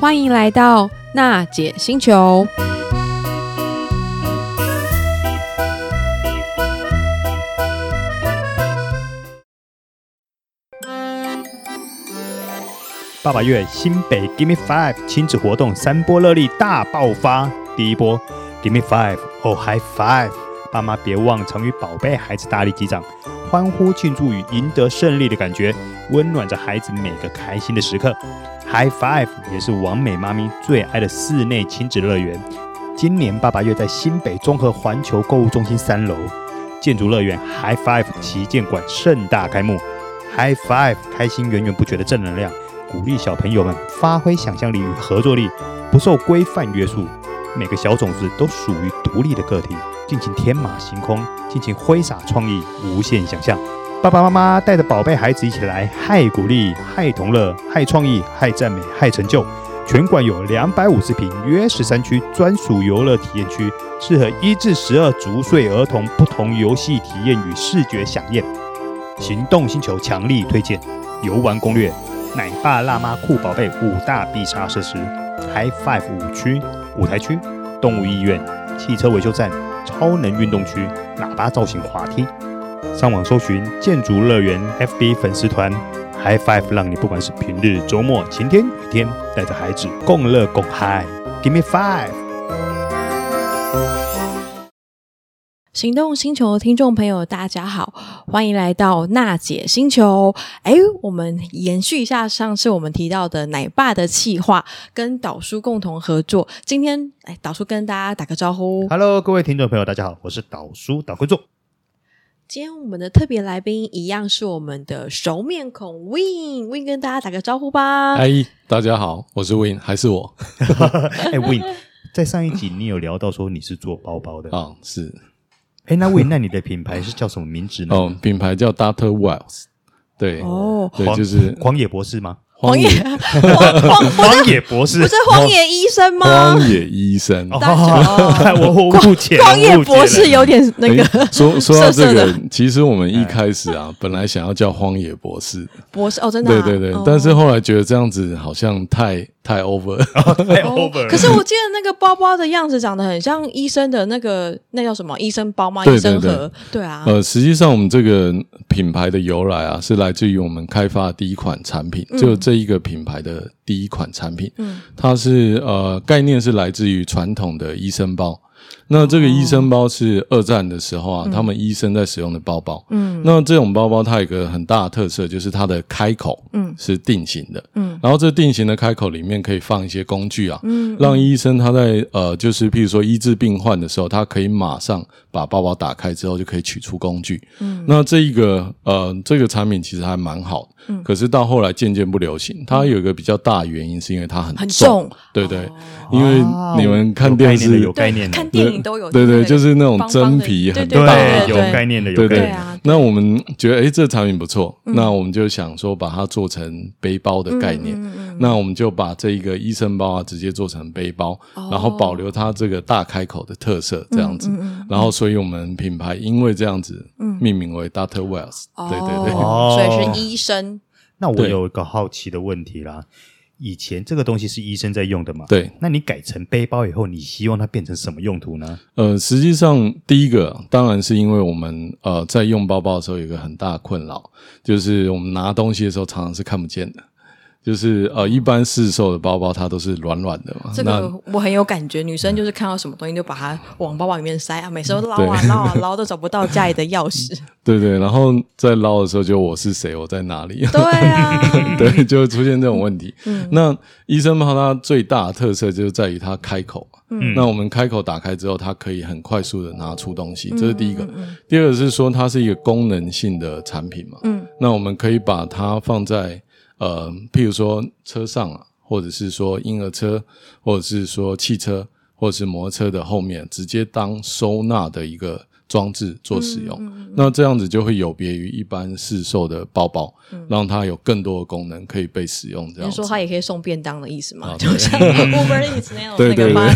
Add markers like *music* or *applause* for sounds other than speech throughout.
欢迎来到娜姐星球。爸爸月新北 Give Me Five 亲子活动三波热力大爆发，第一波 Give Me Five 哦 High Five，爸妈别忘常与宝贝孩子大力击掌，欢呼庆祝与赢得胜利的感觉，温暖着孩子每个开心的时刻。High Five 也是王美妈咪最爱的室内亲子乐园。今年爸爸月在新北综合环球购物中心三楼建筑乐园 High Five 旗舰馆盛大开幕，High Five 开心源源不绝的正能量。鼓励小朋友们发挥想象力与合作力，不受规范约束。每个小种子都属于独立的个体，尽情天马行空，尽情挥洒创意，无限想象。爸爸妈妈带着宝贝孩子一起来，嗨鼓励，嗨同乐，嗨创意，嗨赞美，嗨成就。全馆有两百五十平，约十三区专属游乐体验区，适合一至十二足岁儿童不同游戏体验与视觉飨宴。行动星球强力推荐游玩攻略。奶爸辣妈酷宝贝五大必杀设施，High Five 五区、舞台区、动物医院、汽车维修站、超能运动区、喇叭造型滑梯。上网搜寻建筑乐园 FB 粉丝团，High Five 让你不管是平日、周末、晴天、雨天，带着孩子共乐共嗨，Give me five。行动星球的听众朋友，大家好，欢迎来到娜姐星球。哎，我们延续一下上次我们提到的奶爸的企划，跟导叔共同合作。今天，哎，导叔跟大家打个招呼。 Hello，各位听众朋友，大家好，我是导叔导 *laughs* 观众。今天我们的特别来宾一样是我们的熟面孔 Win，Win 跟大家打个招呼吧。嗨，哎大家好，我是 Win，还是我哎、w i n 在上一集你有聊到说你是做包包的，啊、是哎，那问，那你的品牌是叫什么名字呢？哦，品牌叫 Dr. Wells，对，哦，对，黄就是狂野博士吗？荒野，荒荒狂野博士不是荒野医生吗？ *laughs* 荒野医生。哦，大家好我我误解了，荒野博士有有点那个诶 *laughs* 说说到这色个色，其实我们一开始啊，本来想要叫荒野博士，博士哦，真的啊、对对对哦，但是后来觉得这样子好像太太 over，太哦 *laughs* over 了。可是我记得那个包包的样子长得很像医生的那个，那叫什么医生包吗？对医生对盒，对啊，呃，实际上我们这个品牌的由来啊，是来自于我们开发的第一款产品，就这一个品牌的第一款产品，嗯它是呃概念是来自于传统的医生包。那哦这个医生包是二战的时候啊，他们医生在使用的包包。嗯那这种包包它有一个很大的特色，就是它的开口嗯是定型的，嗯然后这定型的开口里面可以放一些工具啊，嗯，让医生他在呃，就是譬如说医治病患的时候，他可以马上把包包打开之后就可以取出工具。嗯，那这一个呃，这个产品其实还蛮好的，嗯可是到后来渐渐不流行。它有一个比较大的原因是因为它很很重，重，对对，哦因为你们看电视有概念的有概念的看电影都有，对那对，个就是那种方方真的皮很对大的，对有对概念的，有对概对对念的。啊，那我们觉得诶哎这产品不错，嗯那我们就想说把它做成背包的概念。嗯嗯嗯嗯那我们就把这一个医生包啊，直接做成背包，哦然后保留它这个大开口的特色，这样子。嗯嗯嗯然后，所以我们品牌因为这样子嗯命名为 Dr. Wells、对对对，哦所以是医生，那我对有一个好奇的问题啦，以前这个东西是医生在用的嘛？。对，那你改成背包以后，你希望它变成什么用途呢？呃，实际上第一个当然是因为我们呃在用包包的时候有一个很大的困扰，就是我们拿东西的时候常常是看不见的。就是呃，一般市售的包包它都是软软的嘛，哦这那个我很有感觉。女生就是看到什么东西就把它往包包里面塞啊，每次都捞啊捞啊捞，都找不到家里的钥 *laughs* 匙。对对，然后在捞的时候就我是谁，我在哪里，对啊， *laughs* 对，就会出现这种问题。嗯那医生包它最大的特色就是在于它开口嘛，嗯那我们开口打开之后，它可以很快速的拿出东西，这是第一个。嗯嗯第二个是说它是一个功能性的产品嘛，嗯那我们可以把它放在呃，譬如说车上啊，或者是说婴儿车，或者是说汽车，或者是摩托车的后面，直接当收纳的一个装置做使用。嗯嗯嗯那这样子就会有别于一般市售的包包，嗯让它有更多的功能可以被使用。这你样是子说，它也可以送便当的意思吗？啊就像 Uber Eats 那样的那对对个 *laughs* 对吗？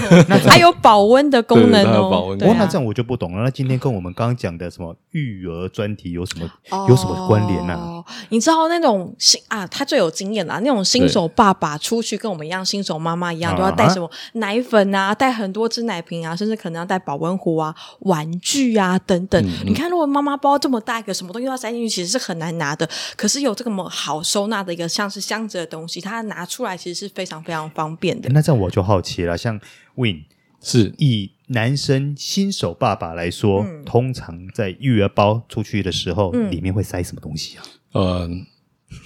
还有保温的功能对对它有哦，保温对功哦，啊那这样我就不懂了。那今天跟我们刚刚讲的什么育儿专题有什么有什么关联呢、啊哦你知道那种新啊，他最有经验啦。那种新手爸爸出去跟我们一样，新手妈妈一样，啊都要带什么奶粉啊，带很多支奶瓶啊，甚至可能要带保温壶啊、玩具啊等等。嗯你看，如果妈妈包这么大一个，什么东西都要塞进去，其实是很难拿的。可是有这个么好收纳的一个像是箱子的东西，它拿出来其实是非常非常方便的。那这样我就好奇了，像 Win 是以男生新手爸爸来说，嗯通常在育儿包出去的时候，嗯里面会塞什么东西啊？呃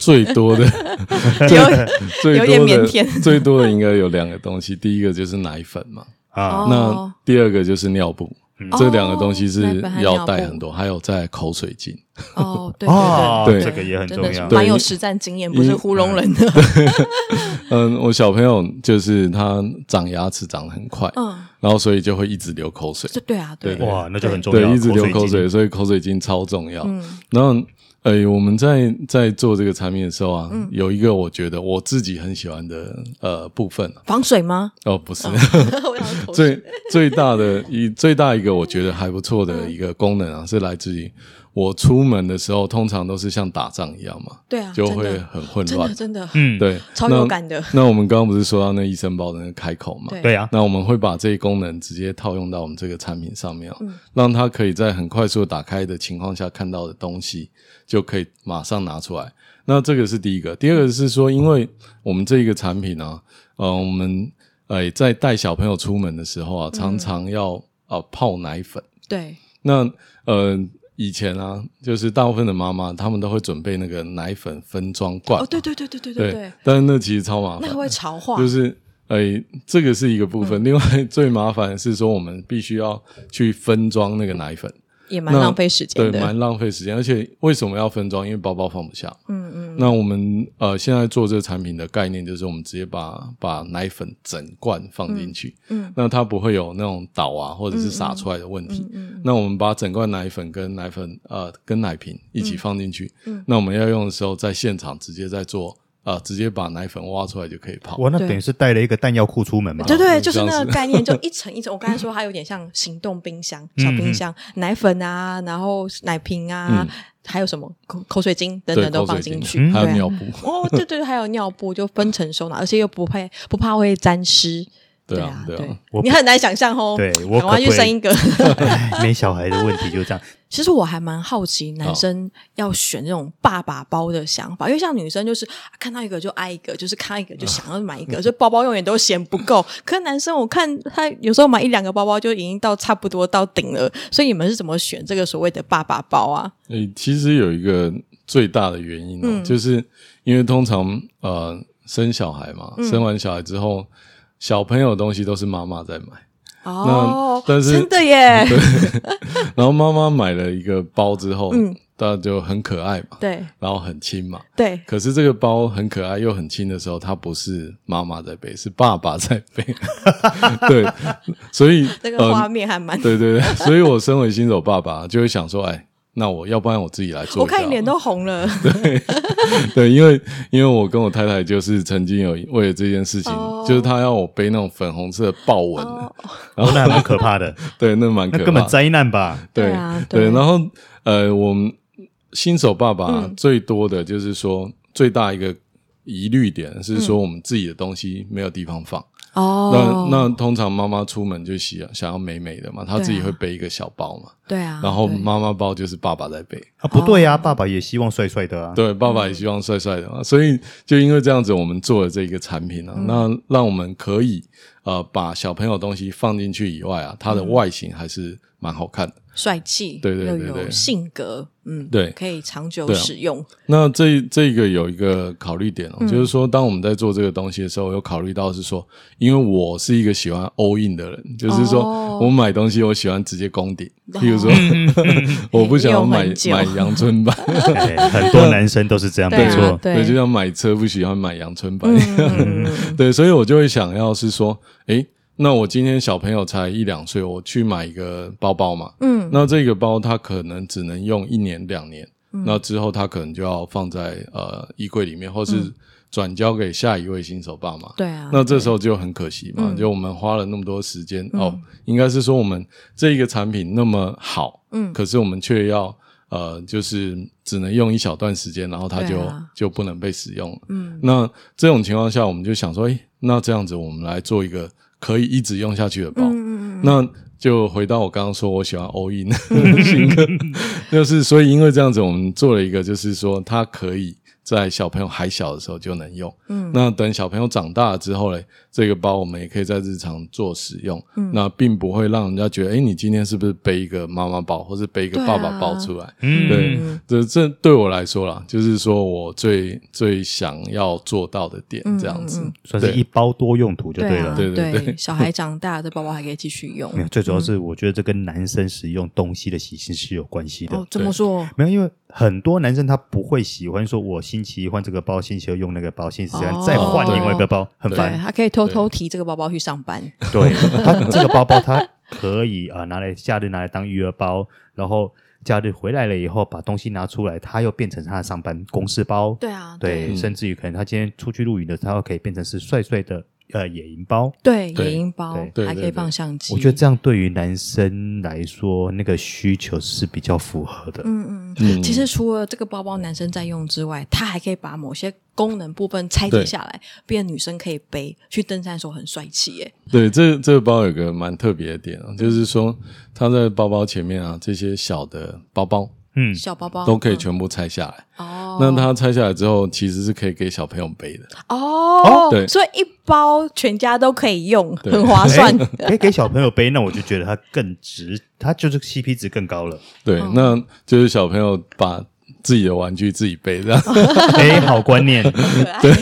最多的 *laughs* 有最有点多的腼腆最多的应该有两个东西，第一个就是奶粉嘛，啊，哦那第二个就是尿布。这两个东西哦奶是粉和要尿带布很多，还有在口水巾。哦，对哦对对，这个也很真的是重要蛮有对实战经验，不是糊弄人的。嗯，我小朋友就是他长牙齿长得很快，嗯，然后所以就会一直流口水。这对啊，对对对哇，那就很重要，对，一直流口口水水，巾。所以口水巾超重要。嗯然后，呃，我们在在做这个产品的时候啊，有一个我觉得我自己很喜欢的呃部分啊防水吗？哦，不 *laughs* 是， *laughs* 我想口水最最大的一最大一个我觉得还不错的一个功能啊，是来自于我出门的时候，通常都是像打仗一样嘛，对啊，就真的会很混真乱的。真的，嗯，对，超那有感的 *laughs* 那我们刚刚不是说到那医生包的那个开口嘛？对对啊，那我们会把这一功能直接套用到我们这个产品上面、哦，嗯让它可以在很快速打开的情况下看到的东西，就可以马上拿出来。那这个是第一个，第二个是说，因为我们这一个产品呢、呃，我们呃在带小朋友出门的时候嗯啊，常常要啊、呃泡奶粉。对，那呃以前啊，就是大部分的妈妈她们都会准备那个奶粉分装罐嘛，哦，对对对对对对对，但是那其实超麻烦那的，个会潮化，嗯就是哎、这个是一个部分。另外 *laughs* 最麻烦的是说，我们必须要去分装那个奶粉，也蛮那浪费时间对，的。蛮浪费时间。而且为什么要分装？因为包包放不下。嗯嗯，那我们呃现在做这个产品的概念就是，我们直接把把奶粉整罐放进去，嗯嗯那它不会有那种倒啊或者是洒出来的问题。嗯那我们把整罐奶粉跟奶粉呃跟奶瓶一起放进去，嗯那我们要用的时候在现场直接在做。啊、直接把奶粉挖出来就可以泡。哇，那对等于是带了一个弹药库出门嘛？对对，嗯就是这样那子个概念，就一层一层。我刚才说它有点像行动冰箱、嗯小冰箱，奶粉啊，然后奶瓶啊，还有什么口口水巾等嗯对等都口水放进巾去，还有对啊尿布，哦，对对，对还有尿布就分层收纳，而且又不怕不怕会沾湿。对啊啊，对啊，我你很难想象哦。对赶我可不可快以去生一个。哎 *laughs* 没小孩的问题就这样。其实我还蛮好哦奇男生要选这种爸爸包的想法，因为像女生就是啊看到一个就爱一个，就是看到一个就想要买一个，嗯就包包永远都嫌不够。可是男生我看他有时候买一两个包包就已经到差不多到顶了，所以你们是怎么选这个所谓的爸爸包啊？诶，其实有一个最大的原因、哦，嗯就是因为通常呃生小孩嘛，嗯生完小孩之后，小朋友的东西都是妈妈在买，哦，但是真的 *laughs* 耶，然后妈妈买了一个包之后，嗯，大家就很可爱嘛，对然后很轻嘛。对，可是这个包很可爱又很轻的时候，它不是妈妈在背，是爸爸在背。 *laughs* 对，所以 *laughs* 那个呃画面还蛮。对对对，所以我身为新手爸爸，就会想说，哎，那我要不然我自己来做。我看你脸都红 *laughs* 了，对，因为因为我跟我太太就是曾经有为了这件事情，哦就是她要我背那种粉红色的豹纹，哦哦，那还蛮可怕 *laughs* 的， *laughs* 对，那蛮那可怕，根本灾难吧？对对啊对对。然后呃，我们新手爸爸嗯最多的就是说、最大一个疑虑点嗯是说我们自己的东西没有地方放。哦，那那通常妈妈出门就喜想要美美的嘛，她对啊自己会背一个小包嘛，对啊，然后对妈妈包就是爸爸在背。啊，不对哦呀、爸爸也希望帅帅的啊。 *laughs* 对，爸爸也希望帅帅的嘛，所以就因为这样子，我们做了这个产品嗯啊，那让我们可以呃把小朋友东西放进去以外啊，它嗯的外形还是蛮好看的。帅气，对对对对又有性格，嗯，对可以长久对啊使用，那这这个有一个考虑点哦，嗯就是说，当我们在做这个东西的时候，有考虑到是说，因为我是一个喜欢 all in 的人，就哦是嗯说我买东西我喜欢直接攻顶， *laughs* 譬如说， *laughs* 我不想要买用很久买阳春版，哎很多男生都是这样，对没啊错。 *laughs* 对 *laughs* 对，就像买车不喜欢买阳春版一样。嗯，对，所以我就会想要是说，诶，那我今天小朋友才一两岁，我去买一个包包嘛，嗯，那这个包它可能只能用一年两年，那之后它可能就要放在呃衣柜里面，或是转交给下一位新手爸妈。对啊，那这时候就很可惜嘛，嗯就我们花了那么多时间、哦，应该是说我们这一个产品那么好，嗯可是我们却要呃，就是只能用一小段时间，然后它对就、啊就不能被使用了。嗯那这种情况下，我们就想说，诶，那这样子我们来做一个可以一直用下去的包。嗯嗯嗯，那就回到我刚刚说，我喜欢 all *laughs* in 的新歌，就是所以因为这样子，我们做了一个，就是说它可以在小朋友还小的时候就能用。嗯那等小朋友长大了之后嘞，这个包我们也可以在日常做使用，嗯那并不会让人家觉得，哎，你今天是不是背一个妈妈包，或是背一个对啊爸爸包出来？嗯对，啊这这对我来说啦，就是说我最最想要做到的点，嗯这样子。嗯嗯算是对一包多用途就对了。嗯啊对对对小孩长大，这包包还可以继续用没有，。最主要是我觉得这跟男生使用东西的习性是有关系的。哦，怎么说？没有，因为很多男生他不会喜欢说，我星期一换这个包，星期二用那个包，星期三哦再换另外一个包，很对烦。他可以偷偷提这个包包去上班。对，他这个包包它可以啊、呃拿来假日拿来当育儿包，然后假日回来了以后把东西拿出来，它又变成他的上班公事包。 *laughs* 对啊，对，对甚至于可能他今天出去露营的时候，可以变成是帅帅的呃野营包。对，对野营包对对还可以对放对相机。我觉得这样对于男生来说，那个需求是比较符合的。嗯嗯嗯，嗯其实除了这个包包男生在用之外，它还可以把某些功能部分拆解对下来，变女生可以背，去登山的时候很帅气耶。对，这这个包有个蛮特别的点啊，就是说它在包包前面啊，这些小的包包嗯，小包包都可以嗯全部拆下来。哦，那它拆下来之后，其实是可以给小朋友背的。哦，对所以一包全家都可以用，对很划啊 *laughs* 算。哎、给给小朋友背，那我就觉得它更值，它就是 CP 值更 *laughs* 高了。对，嗯那就是小朋友把自己的玩具自己背这样。哦哎、好观 *laughs* 念，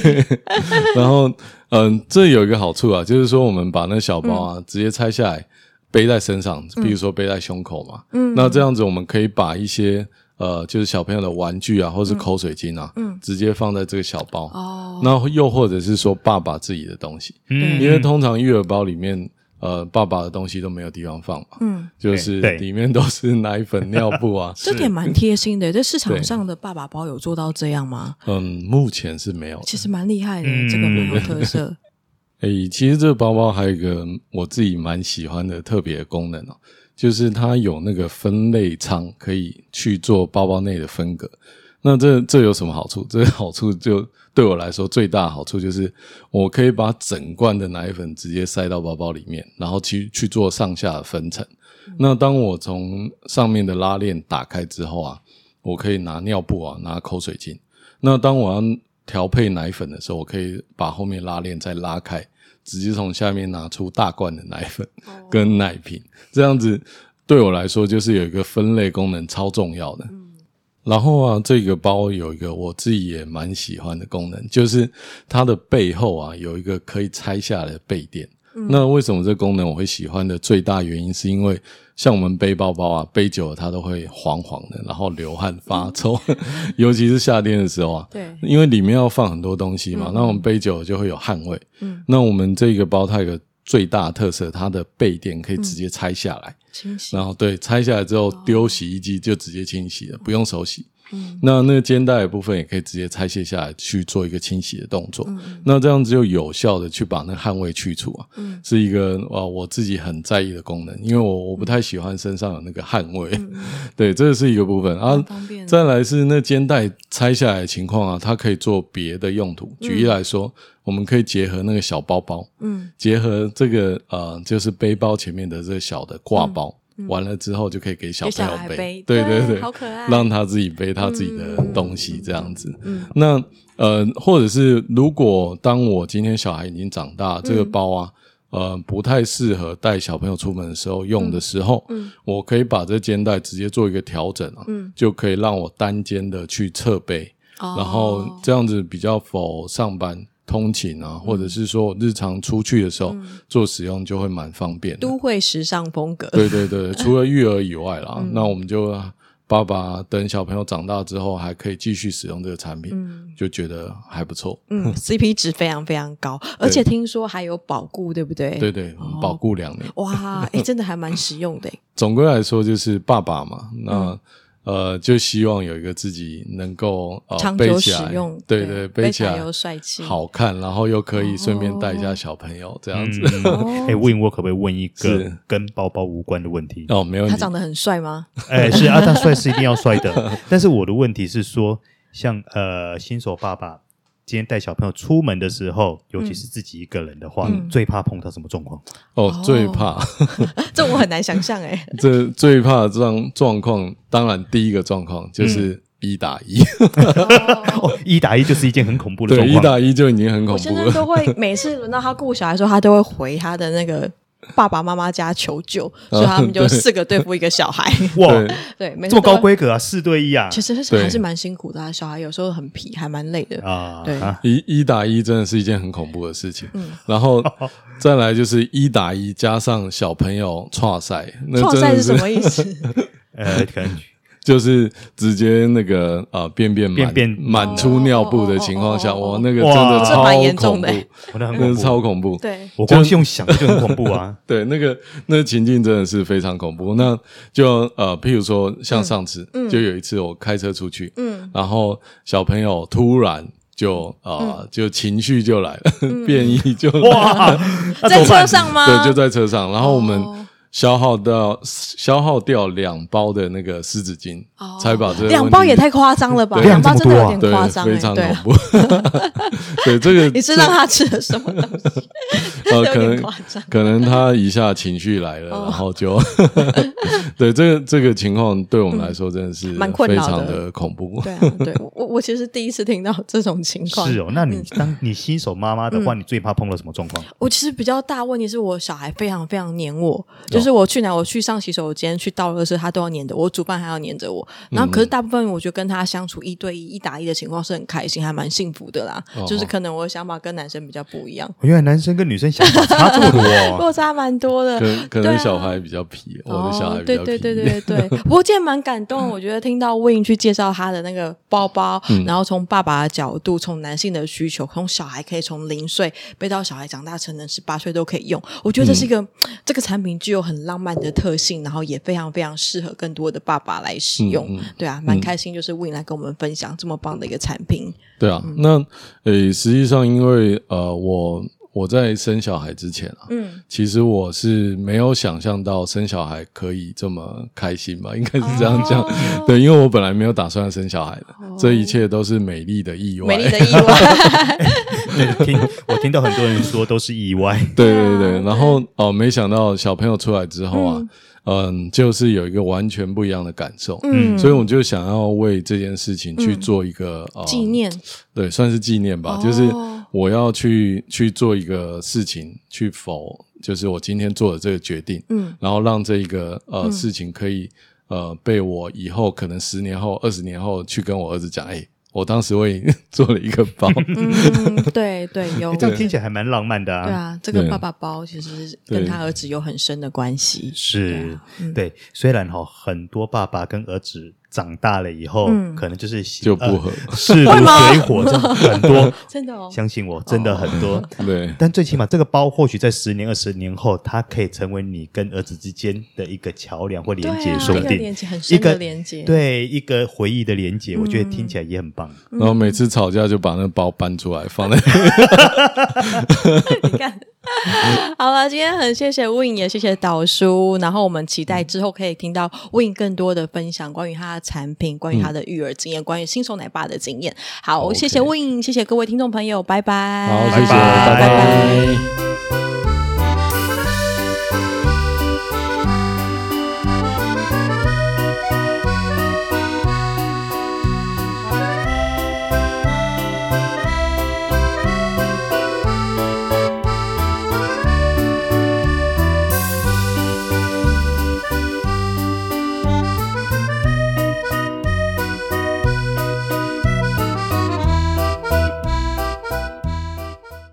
*laughs* 然后，嗯，这有一个好处啊，就是说我们把那小包嗯啊、直接拆下来背在身上，比如说背在胸口嘛。嗯那这样子我们可以把一些呃，就是小朋友的玩具啊，或是口水巾啊，嗯直接放在这个小包。哦，那又或者是说爸爸自己的东西，嗯，因为通常育儿包里面，呃，爸爸的东西都没有地方放嘛，嗯，。就是对对里面都是奶粉、尿布啊这点蛮贴心的。在市场对上的爸爸包有做到这样吗？嗯，目前是没有的。其实蛮厉害的，嗯这个蛮有特色。诶、其实这个包包还有一个我自己蛮喜欢的特别的功能哦，就是它有那个分类仓，可以去做包包内的分隔。那这这有什么好处？这个好处就对我来说最大的好处就是，我可以把整罐的奶粉直接塞到包包里面，然后去去做上下的分层。那当我从上面的拉链打开之后啊，我可以拿尿布啊，拿口水巾。那当我要调配奶粉的时候，我可以把后面拉链再拉开，直接从下面拿出大罐的奶粉跟奶瓶，这样子对我来说就是有一个分类功能超重要的。然后啊，这个包有一个我自己也蛮喜欢的功能，就是它的背后啊有一个可以拆下来的背垫。嗯那为什么这功能我会喜欢的最大原因，是因为像我们背包包啊，背久了它都会黄黄的，然后流汗发臭， *laughs* 尤其是夏天的时候啊，嗯对因为里面要放很多东西嘛，嗯那我们背久了就会有汗味。嗯，那我们这个包它有个最大的特色，它的背垫可以直接嗯拆下来， *laughs* 清晰。然后对拆下来之后丢洗衣机就直接清洗了，不用手洗。哦嗯那那个肩带的部分也可以直接拆卸下来去做一个清洗的动作。嗯那这样子就有效的去把那汗味去除啊，嗯是一个呃我自己很在意的功能，因为我我不太喜欢身上有那个汗味， *laughs* 对，这是一个部分啊嗯很方便。再来是那肩带拆下来的情况啊，它可以做别的用途。举例来说，我们可以结合那个小包包，嗯结合这个呃，就是背包前面的这个小的挂包，完了之后就可以给小嗯给朋小友孩背，背对对对，好可爱嗯让他自己背他自己的东西这样子。那呃，或者是如果当我今天小孩已经长大，这个包啊。嗯呃，不太适合带小朋友出门的时候用的时候，嗯嗯我可以把这肩带直接做一个调整啊，嗯，就可以让我单肩的去侧背，哦然后这样子比较否上班通勤啊，或者是说我日常出去的时候、嗯做使用就会蛮方便的。都会时尚风格。 *laughs* 嗯对对对，除了育儿以外啦，那我们就爸爸等小朋友长大之后还可以继续使用这个产品，嗯就觉得还不错。嗯 *laughs* ，CP 值非常非常高，而且听说还有保固，对不对？对对，我们保固两年。哇，哎、真的还蛮实 *laughs* 用的诶。总归来说，就是爸爸嘛，那、嗯呃，就希望有一个自己能够呃长背久起使来，用对对背背起起来来又帅气好看，然后又可以顺便带哦一下小朋友、这样子。嗯，哎，问我可不可以问一是个跟包包无关的问题？ *laughs* 哦，没问他题。长得很帅吗？ *laughs* 哎，是啊，他帅是一定要帅的。 *laughs* 但是我的问题是说，像呃新手爸爸今天带小朋友出门的时候，尤其是自己一个人的话，嗯最怕碰到什么状况？哦，最怕 *laughs* 这我很难想象哎、这最怕这样状况。当然，第一个状况嗯就是一打一，哦，一打一就是一件很恐怖的对，状一况。打一就已经很我恐现怖在了。都会每次轮到他顾小孩的时候，他都会回他的那个爸爸妈妈家求 *laughs* 救，所以他哦们就四个对付一个小孩。哇，对对，每次这都会么高，规格啊，四对一啊其实是对还是蛮辛苦的、啊。小孩有时候很皮，还蛮累的。啊！对啊 *laughs* 一一打一真的是一件很恐怖的事情，嗯然后再来就是一打一加上小朋友跨赛，那创真赛的是什是么意思？呃，可能 *laughs* *laughs* 就是直接那个呃便便满便便满出尿布的情况下，哦哦哦哦哦哇，那个真哇的这蛮超严恐重怖的欸，我那很那恐是怖，超恐怖。对，我光是用想的就很恐怖 *laughs* 啊！对，那个那个情境真的是非常恐怖。那就呃，譬如说像上次，就有一次我开车出去，嗯，然后小朋友突然就呃、嗯就情绪就来了，变异就来了哇，那在怎么办车上吗？对，就在车上。然后我哦们消耗到、消耗掉两包的那个湿纸巾，哦才把这个两问包题也太夸张了吧？对两包真的有量这点么对夸张、欸，非常对啊恐怖。 *laughs* 对这个， *laughs* 你是让他吃了什么东西？ *laughs* 呃， *laughs* 有可点能夸张。可能他一下情绪来了，哦然后就 *laughs* 对这个这个情况对我们来说真的是嗯蛮困非扰的常的恐怖。对啊，对我我我其实第一次听到这种情况。*laughs* 是哦，那嗯你当你新手妈妈的话，你最怕碰到什么状况？我其实比较大问题是我小孩非常非常黏我，就是我去哪我去上洗手间去倒垃圾，他都要黏着我，煮饭还要黏着我。然后可是大部分我觉得跟他相处一对一、一打一的情况是很开心，还蛮幸福的啦。哦就是可能我的想法跟男生比较不一样，原来男生跟女生想法差这么 *laughs* 多哦。落差蛮多的。 *laughs* 可可对能啊小孩比较皮，我的小孩哦、比较对嗯皮。对对对 *laughs* 对，不过今天蛮感动。我觉得听到 Win 去介绍他的那个包包，嗯然后从爸爸的角度，从男性的需求，从小孩可以从零岁背到小孩长大成人十八岁都可以用。我觉得这嗯是一个、这个产品具有很浪漫的特性，然后也非常非常适合更多的爸爸来使用。嗯对啊，蛮开心，就是 Win 来跟我们分享这么棒的一个产品。对啊，嗯那呃，实际上因为呃，我我在生小孩之前啊，嗯，其实我是没有想象到生小孩可以这么开心吧，应该是这样讲。哦对，因为我本来没有打算生小孩的，这一切都是美丽的意外。美丽的意啊外，对，听我听到很多人说都是意外， *laughs* 啊对对对，然后哦、呃没想到小朋友出来之后啊，嗯、就是有一个完全不一样的感受，嗯所以我就想要为这件事情去做一个、呃 *laughs* 纪，念对，算是纪念吧，哦就是我要去去做一个事情，去否，就是我今天做的这个决定，嗯，然后让这一个呃、事情可以呃被我以后可能十年后、二十年后去跟我儿子讲，哎、我当时为 *laughs* 你做了一个 *laughs* 包，嗯，对对，有诶这样听起来还蛮浪漫的对啊。啊，这个对爸爸包其实对跟他儿子有很深的关系。是，啊嗯对，虽然哈，很多爸爸跟儿子长大了以后，嗯可能就是喜就不合呃势如 *laughs* 会吗水火，这很多，真的哦相信我，真的很多。对。但最起码，这个包或许在十年、二十年后，它可以成为你跟儿子之间的一个桥梁或连对接，啊说不一个定连结很深的连结对一个回忆的连接，我觉得听起来也很棒。然后每次吵架就把那包搬出来放在，你看，好了，今天很谢谢 Win，也谢谢导叔，然后我们期待之后可以听到 Win 更多的分享，关于他的产品，关于他的育儿经验，关于新手奶爸的经验。好，嗯 OK 谢谢 Win，谢谢各位听众朋友，拜拜，好，谢谢，拜拜拜拜